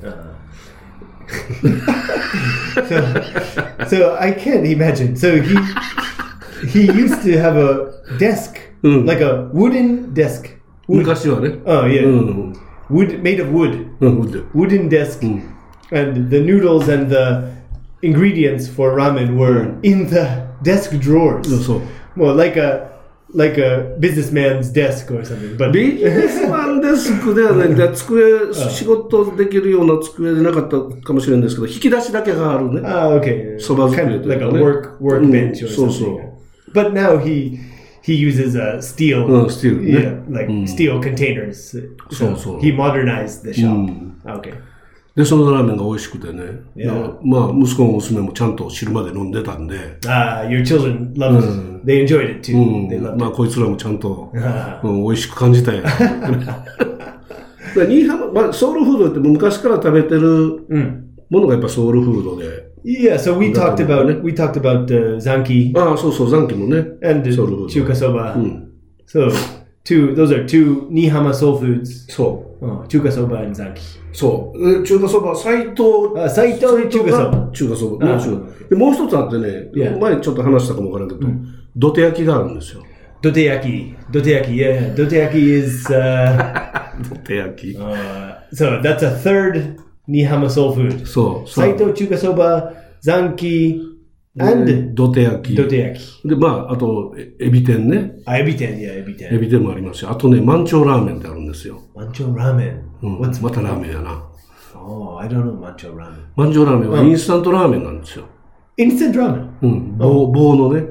Speaker 3: So I can't imagine. So
Speaker 2: (laughs)
Speaker 3: he he used to have a desk,
Speaker 2: Mm.
Speaker 3: like a wooden desk. Wood,
Speaker 2: 昔はね。
Speaker 3: oh
Speaker 2: う
Speaker 3: yeah,
Speaker 2: ん。
Speaker 3: wood made of wood,
Speaker 2: うん、うんで
Speaker 3: wooden desk,
Speaker 2: Mm.
Speaker 3: and the noodles and the ingredients for ramen were
Speaker 2: Mm.
Speaker 3: in the desk drawers.
Speaker 2: そう。
Speaker 3: Well, like a like a businessman's desk or something. But
Speaker 2: ビジネスマンデスクではないんで、机、仕事できるような机でなかったかもしれないんですけど、引き出しだけがあるね。
Speaker 3: Ah, okay.
Speaker 2: So that's
Speaker 3: kind
Speaker 2: good,
Speaker 3: of like a
Speaker 2: isn't it?
Speaker 3: work workbench
Speaker 2: Mm,
Speaker 3: or
Speaker 2: so,
Speaker 3: something.
Speaker 2: so.
Speaker 3: But now he he uses uh, steel,
Speaker 2: Oh, steel,
Speaker 3: yeah,
Speaker 2: yeah. Mm.
Speaker 3: like steel containers.
Speaker 2: So, so. Mm.
Speaker 3: he modernized the shop. Okay.
Speaker 2: で、そのラーメンが美味しくてね。
Speaker 3: い
Speaker 2: だ
Speaker 3: や
Speaker 2: からまあ、息子も娘もちゃんと汁まで飲んでたんで、
Speaker 3: Ah, your children loved
Speaker 2: Mm.
Speaker 3: it. They enjoyed it too.
Speaker 2: うん
Speaker 3: They loved
Speaker 2: まあ、こいつらもちゃんと、うん、美味しく感じたんやな。だから新居浜まあ、ソウルフードって昔から食べてる
Speaker 3: it. Mm.
Speaker 2: ものがやっぱソウルフードで、
Speaker 3: Yeah. So we
Speaker 2: Got it,
Speaker 3: talked about
Speaker 2: got it.
Speaker 3: we talked about uh, zanki
Speaker 2: ああ、そうそう、残機もね。
Speaker 3: and uh,
Speaker 2: ソウルフード。
Speaker 3: chuka soba.
Speaker 2: Mm.
Speaker 3: So two those are two Nihama soul foods.
Speaker 2: そう。
Speaker 3: Oh, chuka soba and zanki.
Speaker 2: そう。え中華そば、斎藤。
Speaker 3: あ斎藤中華そば
Speaker 2: 中華そば。も
Speaker 3: あ
Speaker 2: う中華でもう一つあってね、
Speaker 3: Yeah.
Speaker 2: 前ちょっと話したかもわからんけど、土手焼きがあるんですよ。
Speaker 3: Doteyaki. Doteyaki, yeah. Doteyaki is (laughs) uh,
Speaker 2: 土手焼き。
Speaker 3: uh, so that's a third Nihama soul food.
Speaker 2: そう。そう
Speaker 3: Saito Chukasoba, Zanki, and
Speaker 2: 土手焼き。
Speaker 3: Doteyaki.
Speaker 2: で、まあ、あと、えエビ天ね。
Speaker 3: Ah, Ebiten, yeah,
Speaker 2: エ
Speaker 3: Ebiten.
Speaker 2: ビ天もありますし、あとね、満潮ラーメンってあるんですよ。
Speaker 3: Mancho ramen.
Speaker 2: うん、ま
Speaker 3: What's
Speaker 2: たラーメンやな。
Speaker 3: Oh, I don't know Mancho ramen.
Speaker 2: 満潮ラーメンはインスタントラーメンなんですよ。
Speaker 3: Instant ramen.
Speaker 2: うん。棒、棒のね、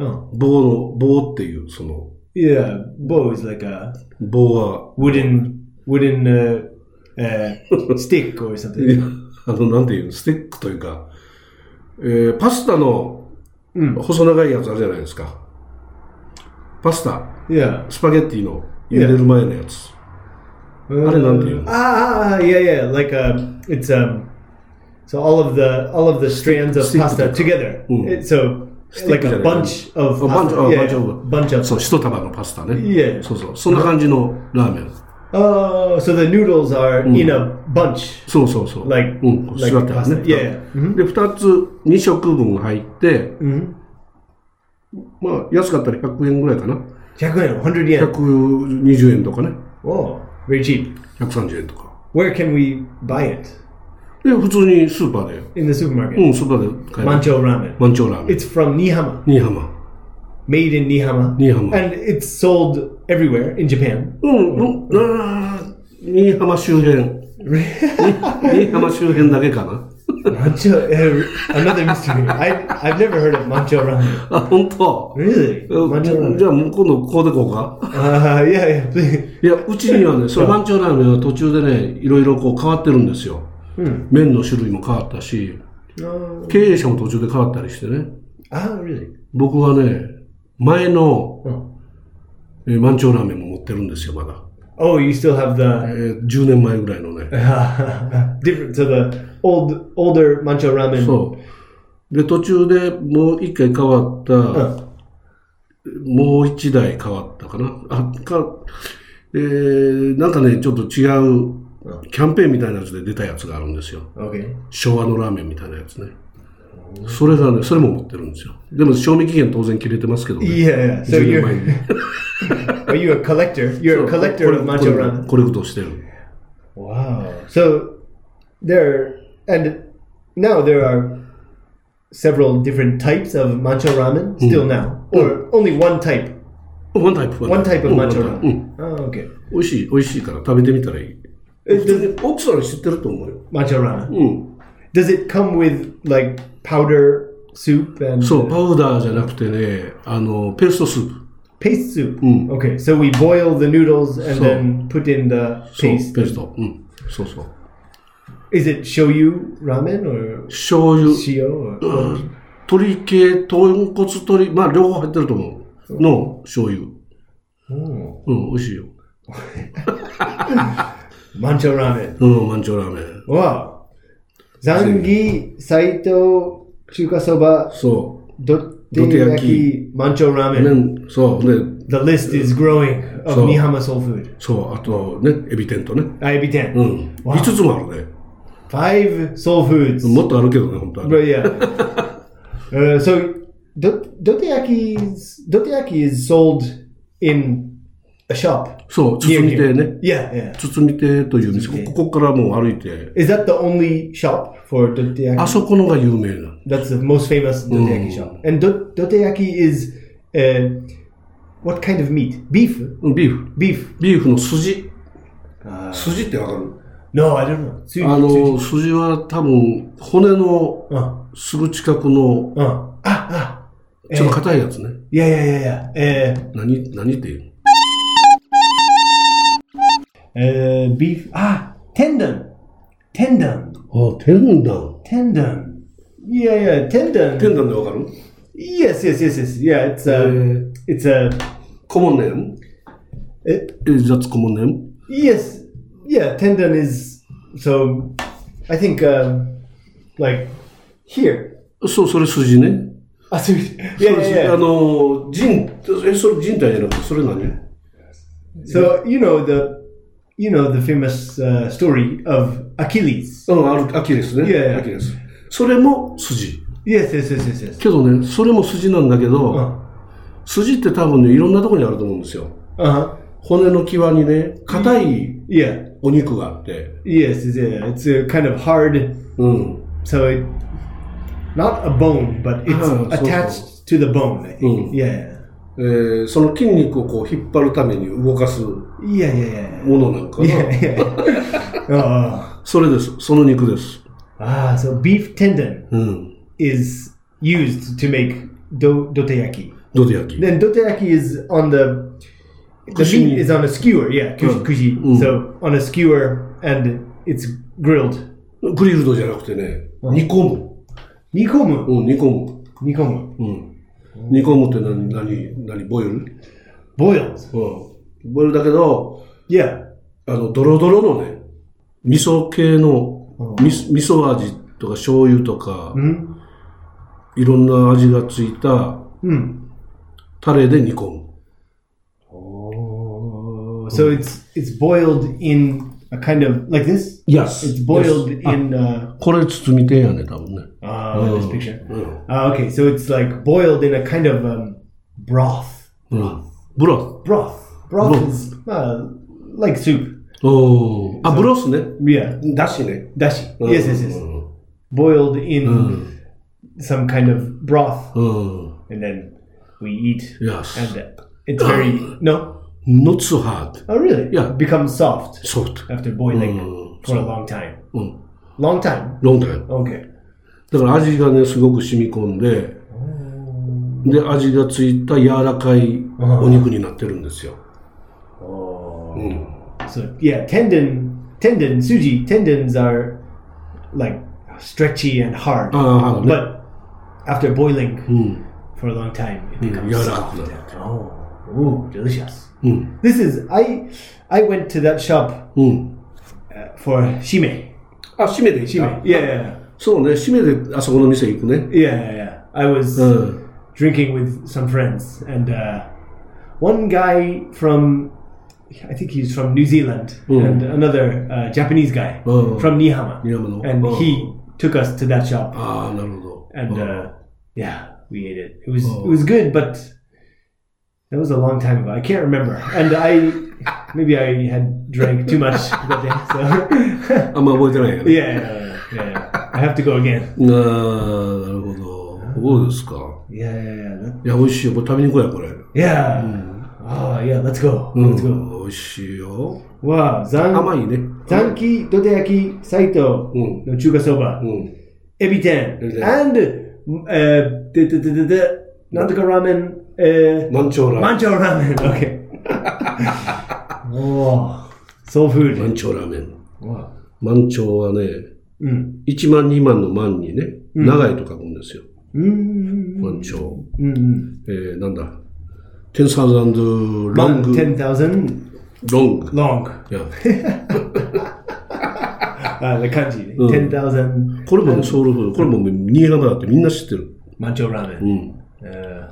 Speaker 3: Oh.
Speaker 2: 棒の、棒っていう、その、
Speaker 3: Yeah, bo is like a
Speaker 2: 棒は、
Speaker 3: wooden wooden uh, (laughs) uh, stick or
Speaker 2: いや
Speaker 3: something.
Speaker 2: あの、なんていうの、スティックというか、えーパスタの
Speaker 3: うん
Speaker 2: 細長いやつあるじゃないですか。パスタ、
Speaker 3: Yeah.
Speaker 2: スパゲッティの入れる前のやつ。あれなんていうの？
Speaker 3: Ah, ah, ah, yeah, yeah. Like um, it's um, so all of the all of the strands of
Speaker 2: Stick
Speaker 3: pasta
Speaker 2: together.
Speaker 3: together.
Speaker 2: Mm.
Speaker 3: It- so
Speaker 2: Stick
Speaker 3: like a
Speaker 2: together.
Speaker 3: bunch of
Speaker 2: A bunch-
Speaker 3: pasta.
Speaker 2: oh,
Speaker 3: yeah,
Speaker 2: bunch of-
Speaker 3: bunch of.
Speaker 2: そう、一束のパスタね。
Speaker 3: いや
Speaker 2: そうそう、そんな感じのラーメン。
Speaker 3: Oh, so the noodles are in a bunch.
Speaker 2: そうそうそう。
Speaker 3: Like-
Speaker 2: うん、
Speaker 3: like
Speaker 2: 座ってある
Speaker 3: pasta.
Speaker 2: ね。
Speaker 3: いやいやうん
Speaker 2: で、二つ、二食分入って、
Speaker 3: Mm-hmm.
Speaker 2: まあ、安かったら100円ぐらいかな。
Speaker 3: 100 yen, 100 yen.
Speaker 2: 120円とかね。
Speaker 3: Whoa, very cheap.
Speaker 2: 130円とか。
Speaker 3: Where can we buy it?
Speaker 2: で、普通にスーパーで。
Speaker 3: In the supermarket.
Speaker 2: うん、スーパーで買える。
Speaker 3: Mancho ramen.
Speaker 2: 満潮ラーメン。
Speaker 3: It's from Nihama,
Speaker 2: 新居浜。
Speaker 3: made in Nihama.
Speaker 2: Nihama.
Speaker 3: And it's sold everywhere in
Speaker 2: (laughs)
Speaker 3: Japan.
Speaker 2: うん、うん、あー新居浜周辺。 (laughs) 新居浜周辺だけかな。
Speaker 3: Mancho, uh, another mystery. I, I've never heard of mancho ramen.
Speaker 2: あ、本当。
Speaker 3: Really?
Speaker 2: うん
Speaker 3: Mancho
Speaker 2: じ
Speaker 3: ramen.
Speaker 2: ゃあ、もう今度ここでこうか。
Speaker 3: Uh, (laughs) yeah, yeah, please.
Speaker 2: いや、うちには (laughs) ね、その満潮ラーメンは途中でね、いろいろこう変わってるんですよ。
Speaker 3: うん
Speaker 2: 麺の種類も変わったし、
Speaker 3: No.
Speaker 2: 経営者も途中で変わったりしてね。
Speaker 3: Ah, Uh, really?
Speaker 2: 僕はね、前の
Speaker 3: Oh.
Speaker 2: えー満潮ラーメンも持ってるんですよ、まだ。
Speaker 3: oh, you still have
Speaker 2: え
Speaker 3: the (laughs)
Speaker 2: ー10年前ぐらいのね。
Speaker 3: different. So the old, older mancho ramen.
Speaker 2: そう。で、途中でもう一回変わった、
Speaker 3: Uh,
Speaker 2: もう一台変わったかな。あ、か、えー、なんかね、ちょっと違う、キャンペーンみたいなやつで出たやつがあるんですよ。
Speaker 3: okay.
Speaker 2: 昭和のラーメンみたいなやつね。それがね、それも持ってるんですよ。でも、賞味期限当然切れてますけどね。
Speaker 3: Yeah, yeah. So
Speaker 2: 10年前
Speaker 3: you're
Speaker 2: に。
Speaker 3: (laughs) are you a collector? You're a
Speaker 2: これ
Speaker 3: collector of
Speaker 2: これ
Speaker 3: Macho Rana.
Speaker 2: コレクトしてる。
Speaker 3: Wow. So there and now there are several different types of mancho ramen still now, or only one type,
Speaker 2: ワンタイプ。
Speaker 3: one type of
Speaker 2: うん
Speaker 3: mancho
Speaker 2: うん
Speaker 3: ramen. Oh, okay.
Speaker 2: 美味しい、美味しいから食べてみたらいい。
Speaker 3: え
Speaker 2: 普通に奥さん知ってると思うよ。
Speaker 3: Mancho ramen.
Speaker 2: うん。
Speaker 3: Does it come with like powder soup and
Speaker 2: そう、パウダーじゃなくてね、あの、ペーストスープ。
Speaker 3: paste soup?
Speaker 2: Mm.
Speaker 3: Okay, so we boil the noodles and
Speaker 2: So-
Speaker 3: then put in the
Speaker 2: そう、ペ
Speaker 3: paste.
Speaker 2: ースト。うん。そうそう。
Speaker 3: Is it shoyu ramen or
Speaker 2: 醤油、
Speaker 3: shio? Or,
Speaker 2: 鶏系、豚骨鶏、まあ両方入ってると思う。の醤油。
Speaker 3: Oh.
Speaker 2: うん、美味しいよ。
Speaker 3: Mancho ramen.
Speaker 2: うん、満潮ラーメン。
Speaker 3: わあ。ザンギ、斎藤、中華そば、
Speaker 2: そ
Speaker 3: どって焼き、マンチョラ
Speaker 2: う。
Speaker 3: ーメン。
Speaker 2: ね、そう、ね、
Speaker 3: The list is growing of
Speaker 2: そう
Speaker 3: ニハマソウフード。
Speaker 2: そう、あとね、エビ天とね。
Speaker 3: あ、エビ
Speaker 2: う
Speaker 3: 天。
Speaker 2: ん。5つもあるね。
Speaker 3: Five soul foods.
Speaker 2: もっとあるけどね、本当はね。
Speaker 3: But yeah. uh, so, do- doteyaki's doteyaki is sold in a shop.
Speaker 2: そう、包み亭ね。
Speaker 3: Yeah, yeah.
Speaker 2: 包み亭という店、こここからもう歩いて、
Speaker 3: Is that the only shop for
Speaker 2: あ
Speaker 3: doteyaki?
Speaker 2: そこのが有名なの。
Speaker 3: That's the most famous doteyaki shop. And do- doteyaki is uh, what kind of meat? Beef.
Speaker 2: うんビーフ。
Speaker 3: Beef.
Speaker 2: ビーフの筋。筋ってわかる
Speaker 3: No, I don't know. つゆ
Speaker 2: あ
Speaker 3: つゆ
Speaker 2: の、筋は多分、骨の
Speaker 3: うん
Speaker 2: すぐ近くの、
Speaker 3: うん。あ、あ、
Speaker 2: ちょっと硬いやつね。
Speaker 3: いやいやいやいや、え
Speaker 2: 何、何って言うの
Speaker 3: ー、えー、ビーフ、あ、テンダン。テンダン。
Speaker 2: あ、天壇。
Speaker 3: テンダン。いやいや、テンダン。
Speaker 2: 天壇でわかる
Speaker 3: Yes, yes, yes, yes. Yeah, it's a, it's um, a,
Speaker 2: common name?
Speaker 3: え
Speaker 2: Is that common name?
Speaker 3: yes, yeah, tendon is, so, I think, uh, like, here. (laughs)
Speaker 2: そう、それ筋ね。
Speaker 3: あ、そう、いやいやい
Speaker 2: そうあ
Speaker 3: や。
Speaker 2: の、人、え、それ人体じゃなくて、それ何
Speaker 3: So, you know the, you know the famous uh, story of Achilles.
Speaker 2: うん、ある、アキレスね。
Speaker 3: いやいや
Speaker 2: アキレス。それも筋。
Speaker 3: Yes, yes, yes, yes, Uh-huh. yes.
Speaker 2: けどね、それも筋なんだけど、
Speaker 3: うん。
Speaker 2: 筋って多分ね、いろんなところにあると思うんですよ。
Speaker 3: Uh-huh.
Speaker 2: 骨の際にね、硬い
Speaker 3: Yeah.
Speaker 2: お肉があって、
Speaker 3: Yes, it's, yeah. It's uh, kind of hard,
Speaker 2: うん。
Speaker 3: so it not a bone, but it's
Speaker 2: Ah, so-
Speaker 3: attached to the bone. I
Speaker 2: Mm.
Speaker 3: think. Yeah.
Speaker 2: えーその筋肉をこう引っ張るために動かすも
Speaker 3: Yeah, yeah,
Speaker 2: のなんか
Speaker 3: yeah.
Speaker 2: が、
Speaker 3: Yeah, yeah. (laughs) oh.
Speaker 2: それです。その肉です。
Speaker 3: Ah, so beef tendon
Speaker 2: うん。
Speaker 3: is used to make do- doteyaki.
Speaker 2: どで焼き。
Speaker 3: Then doteyaki is on the the
Speaker 2: Kushi.
Speaker 3: meat is on a skewer. Yeah, kushi,
Speaker 2: Mm.
Speaker 3: kushi.
Speaker 2: Mm.
Speaker 3: So on a skewer and it's grilled.
Speaker 2: グリルドじゃなくてね、煮込む。
Speaker 3: Nikomu.
Speaker 2: うん、煮込む。
Speaker 3: Nikomu.
Speaker 2: うん。煮込むって何、何、何、ボイルうん。
Speaker 3: Boiled.
Speaker 2: ボイルだけど、
Speaker 3: Yeah.
Speaker 2: あの、ドロドロのね、味噌系の、
Speaker 3: うん
Speaker 2: み味噌味とか醤油とか、
Speaker 3: Mm.
Speaker 2: いろんな味がついた
Speaker 3: Mm.
Speaker 2: タレで煮込む。
Speaker 3: Oh, so it's it's boiled in a kind of like this. It's
Speaker 2: Yes.
Speaker 3: boiled
Speaker 2: Yes.
Speaker 3: in. Uh,
Speaker 2: これ包みてんやね、多分ね。
Speaker 3: ah, look at this picture.
Speaker 2: うん。
Speaker 3: Ah, okay, so it's like boiled in a kind of um, broth.
Speaker 2: うん。ブロ
Speaker 3: Broth. Broth
Speaker 2: Broth.
Speaker 3: is uh, like soup.
Speaker 2: ス。おーあ、ブロスね。
Speaker 3: Yeah,
Speaker 2: だしね。
Speaker 3: dashi.
Speaker 2: うん
Speaker 3: Yes, yes, yes. Boiled in
Speaker 2: Mm.
Speaker 3: some kind of broth,
Speaker 2: うん。
Speaker 3: and then we eat.
Speaker 2: Yes.
Speaker 3: And uh, it's
Speaker 2: (coughs)
Speaker 3: very no.
Speaker 2: Not so hard.
Speaker 3: Oh, really?
Speaker 2: Yeah.
Speaker 3: Becomes soft
Speaker 2: Soft.
Speaker 3: after boiling
Speaker 2: Mm.
Speaker 3: for a long time.
Speaker 2: うん。
Speaker 3: Long time.
Speaker 2: ロングタイム。
Speaker 3: Okay.
Speaker 2: だから味がね、すごく染み込んで、で、味がついた柔らかいお肉になってるんですよ。うん。
Speaker 3: So yeah, tendon, tendon, suji tendons are like stretchy and hard,
Speaker 2: ああ、あのね。
Speaker 3: but after boiling
Speaker 2: うん。
Speaker 3: for a long time,
Speaker 2: う
Speaker 3: it
Speaker 2: ん
Speaker 3: becomes
Speaker 2: 柔らか
Speaker 3: soft.
Speaker 2: くなる。
Speaker 3: Oh, ooh, delicious.
Speaker 2: うん。
Speaker 3: This is I. I went to that shop
Speaker 2: うん。
Speaker 3: uh, for shime.
Speaker 2: あ、締めで行
Speaker 3: Shime.
Speaker 2: っ
Speaker 3: Yeah, yeah,
Speaker 2: そうね、締めであそこの店行くね。
Speaker 3: yeah, yeah. yeah. I was
Speaker 2: うん。
Speaker 3: drinking with some friends, and uh, one guy from. I think he's from New Zealand, and another uh, Japanese guy
Speaker 2: Mm.
Speaker 3: from Nihama.
Speaker 2: Nihama no.
Speaker 3: And
Speaker 2: Mm.
Speaker 3: he took us to that shop.
Speaker 2: ああ、なるほど。
Speaker 3: and
Speaker 2: Oh.
Speaker 3: uh, yeah, we ate it. It was
Speaker 2: Oh.
Speaker 3: it was good, but that was a long time ago. I can't remember, and I (laughs) maybe I had drank too much (laughs) that day. So
Speaker 2: あんま覚えてないよ
Speaker 3: yeah,
Speaker 2: ね。
Speaker 3: yeah, yeah, yeah. I have to go again.
Speaker 2: あーなるほど。そうですか。
Speaker 3: Yeah, yeah, yeah. that-
Speaker 2: いや、美味しいよ。これ食べに行こうや、これ。
Speaker 3: yeah.
Speaker 2: Hmm.
Speaker 3: Oh yeah, let's go.
Speaker 2: うん
Speaker 3: Let's go.
Speaker 2: 美味しいよ。
Speaker 3: Wow,
Speaker 2: 甘
Speaker 3: zan
Speaker 2: いね。
Speaker 3: zanki dodeyaki saito
Speaker 2: うん。
Speaker 3: no chuga soba
Speaker 2: うん。
Speaker 3: ebi ten
Speaker 2: Ebi ten.
Speaker 3: and uh, the the the the- the nandoka ramen. Uh,
Speaker 2: 満潮ラーメ
Speaker 3: Mancho ramen. (laughs) Okay. oh, soul
Speaker 2: ン。満
Speaker 3: food.
Speaker 2: 潮ラーメン。
Speaker 3: Wow.
Speaker 2: 満潮はね、
Speaker 3: Mm.
Speaker 2: 1万2万の万にね、
Speaker 3: うん
Speaker 2: 長いと書くんですよ。
Speaker 3: Mm.
Speaker 2: 満潮。
Speaker 3: Mm.
Speaker 2: えー、なんだ。10,000 long,
Speaker 3: Long ten thousand
Speaker 2: long.
Speaker 3: long.
Speaker 2: いや
Speaker 3: Uh, the kanji.
Speaker 2: Mm.
Speaker 3: Ten thousand
Speaker 2: これもね、ソウルフード。これもね新潟だってみんな知ってる。
Speaker 3: mancho
Speaker 2: う
Speaker 3: ramen.
Speaker 2: ん。
Speaker 3: Uh,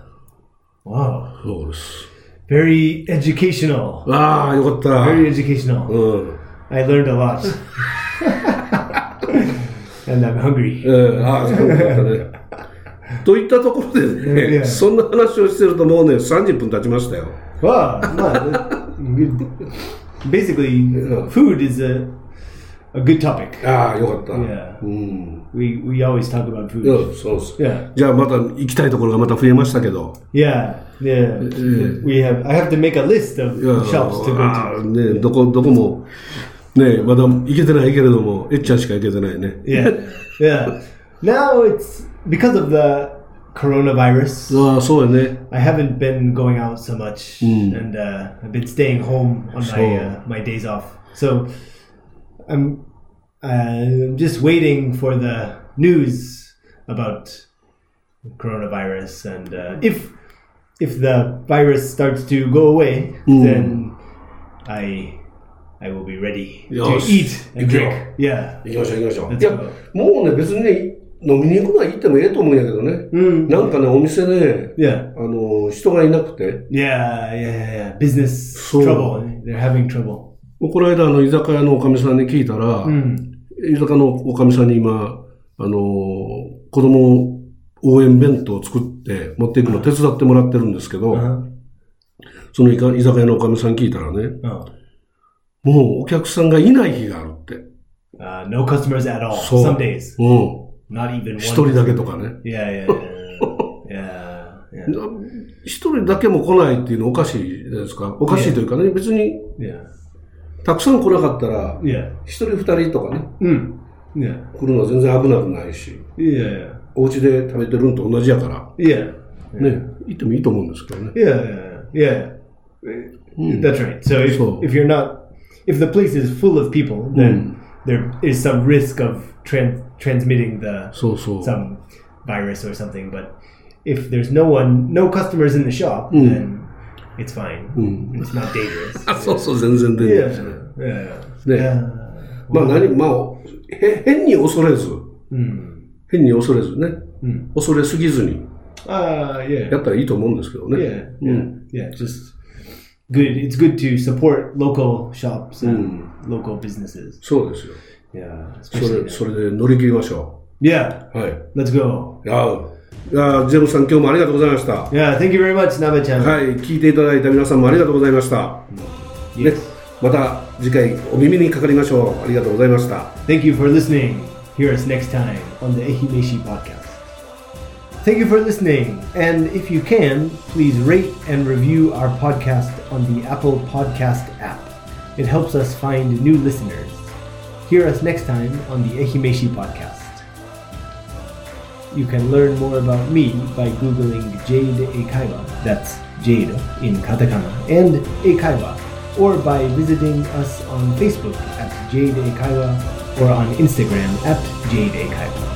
Speaker 3: wow.
Speaker 2: そうです。
Speaker 3: Very educational.
Speaker 2: ああ、よかった。
Speaker 3: Very educational.
Speaker 2: うん。
Speaker 3: I learned a (laughs) lot. and I'm hungry.
Speaker 2: うん、ああ、そうだったね。
Speaker 3: (laughs)
Speaker 2: といったところで
Speaker 3: い
Speaker 2: ね、
Speaker 3: や
Speaker 2: そんな話をしてるともうね、30分経ちましたよ。
Speaker 3: Wow. no, Basically, food is a a good topic.
Speaker 2: ああ、よかった。
Speaker 3: いや
Speaker 2: うん。
Speaker 3: We we always talk about
Speaker 2: いや
Speaker 3: food.
Speaker 2: そうっす。
Speaker 3: Yeah,
Speaker 2: じゃあまた行きたいところがまた増えましたけど。
Speaker 3: yeah, yeah. We have. I have to make a list of
Speaker 2: いや
Speaker 3: shops to
Speaker 2: あ
Speaker 3: go
Speaker 2: あ
Speaker 3: to.
Speaker 2: ね、どこ、どこも、ね、まだ行けてないけれども、えっちゃんしか行けてないね。
Speaker 3: Yeah, (laughs) yeah. Now it's because of the coronavirus.
Speaker 2: ああ、そうやね。
Speaker 3: I haven't been going out so much, and uh, I've been staying home on my uh, my days off. So I'm I'm just waiting for the news about coronavirus, and uh, if if the virus starts to go away, then I I will be ready
Speaker 2: Yes.
Speaker 3: to eat
Speaker 2: Good
Speaker 3: and drink. Yeah.
Speaker 2: 行きましょう行きましょう。い
Speaker 3: Let's
Speaker 2: や
Speaker 3: go.、
Speaker 2: もうね、別にね、飲みに行くのは行ってもええと思うんやけどね。
Speaker 3: Mm.
Speaker 2: なんかね、お店ね、
Speaker 3: Yeah.
Speaker 2: あの、人がいなくて、
Speaker 3: Yeah. Yeah. Yeah. Business
Speaker 2: So-
Speaker 3: trouble. They're having trouble.
Speaker 2: もうこの間、あの、居酒屋のおかみさんに聞いたら、
Speaker 3: Mm.
Speaker 2: 居酒屋のおかみさんに今、あのー子供応援弁当を作って持っていくの手伝ってもらってるんですけど、
Speaker 3: Uh-huh.
Speaker 2: そのいか居酒屋のおかみさん聞いたらね、
Speaker 3: Oh.
Speaker 2: もうお客さんがいない日があるって。
Speaker 3: Uh, no customers at all.
Speaker 2: So-
Speaker 3: Some days,
Speaker 2: うん。
Speaker 3: not even
Speaker 2: 一
Speaker 3: one.
Speaker 2: 人だけとかね。
Speaker 3: Yeah, yeah, yeah, yeah, yeah,
Speaker 2: な一人だけも来ないっていうのおかしいじゃないですか。おかしいというかね、別に
Speaker 3: yeah,
Speaker 2: たくさん来なかったら、
Speaker 3: yeah.
Speaker 2: 一人二人とかね、
Speaker 3: Mm. yeah,
Speaker 2: 来るのは全然危なくないし、
Speaker 3: yeah,
Speaker 2: お家で食べてるのと同じやから、
Speaker 3: yeah,
Speaker 2: ね、行ってもいいと思うんですけどね。
Speaker 3: yeah, yeah.
Speaker 2: Mm.
Speaker 3: That's right. So Mm. if,
Speaker 2: So-
Speaker 3: if you're not, if the place is full of people, then there is some risk of tran- transmitting the
Speaker 2: そうそう。
Speaker 3: some virus or something. But if there's no one, no customers in the shop, then it's fine. It's not dangerous.
Speaker 2: あ (laughs) そうそう、全然出ないですね。
Speaker 3: yeah, yeah,
Speaker 2: Yeah.
Speaker 3: yeah.
Speaker 2: まあ何、まあ、へ変に恐れず、
Speaker 3: Mm.
Speaker 2: 変に恐れずね、
Speaker 3: うん
Speaker 2: 恐れすぎずに
Speaker 3: Uh, yeah.
Speaker 2: やったらいいと思うんですけどね。
Speaker 3: Yeah,
Speaker 2: う
Speaker 3: yeah,
Speaker 2: ん、
Speaker 3: yeah. Just good. It's good to support local shops and local businesses.
Speaker 2: そうですよ。
Speaker 3: Mm. Yeah,
Speaker 2: そ
Speaker 3: especially
Speaker 2: れ、
Speaker 3: now.
Speaker 2: それで乗り切りましょ
Speaker 3: yeah.
Speaker 2: う。はい。
Speaker 3: Let's go.
Speaker 2: いやいやジェームスさん、今日もありがとうございました。は
Speaker 3: Yeah, thank you very much, Nabe-chan.
Speaker 2: い、聞いていただいた皆さんもありがとうございました。ね
Speaker 3: Yes.、
Speaker 2: また次回お耳にかかりましょう。ありがとうございました。
Speaker 3: Thank you for listening. Hear us next time on the Ehimeshi podcast. Thank you for listening. And if you can, please rate and review our podcast on the Apple Podcast app. It helps us find new listeners. Hear us next time on the Ehimeshi podcast. You can learn more about me by Googling Jade Eikaiwa, that's Jade in katakana, and Eikaiwa, or by visiting us on Facebook at Jade Eikaiwa or on Instagram at Jade Eikaiwa.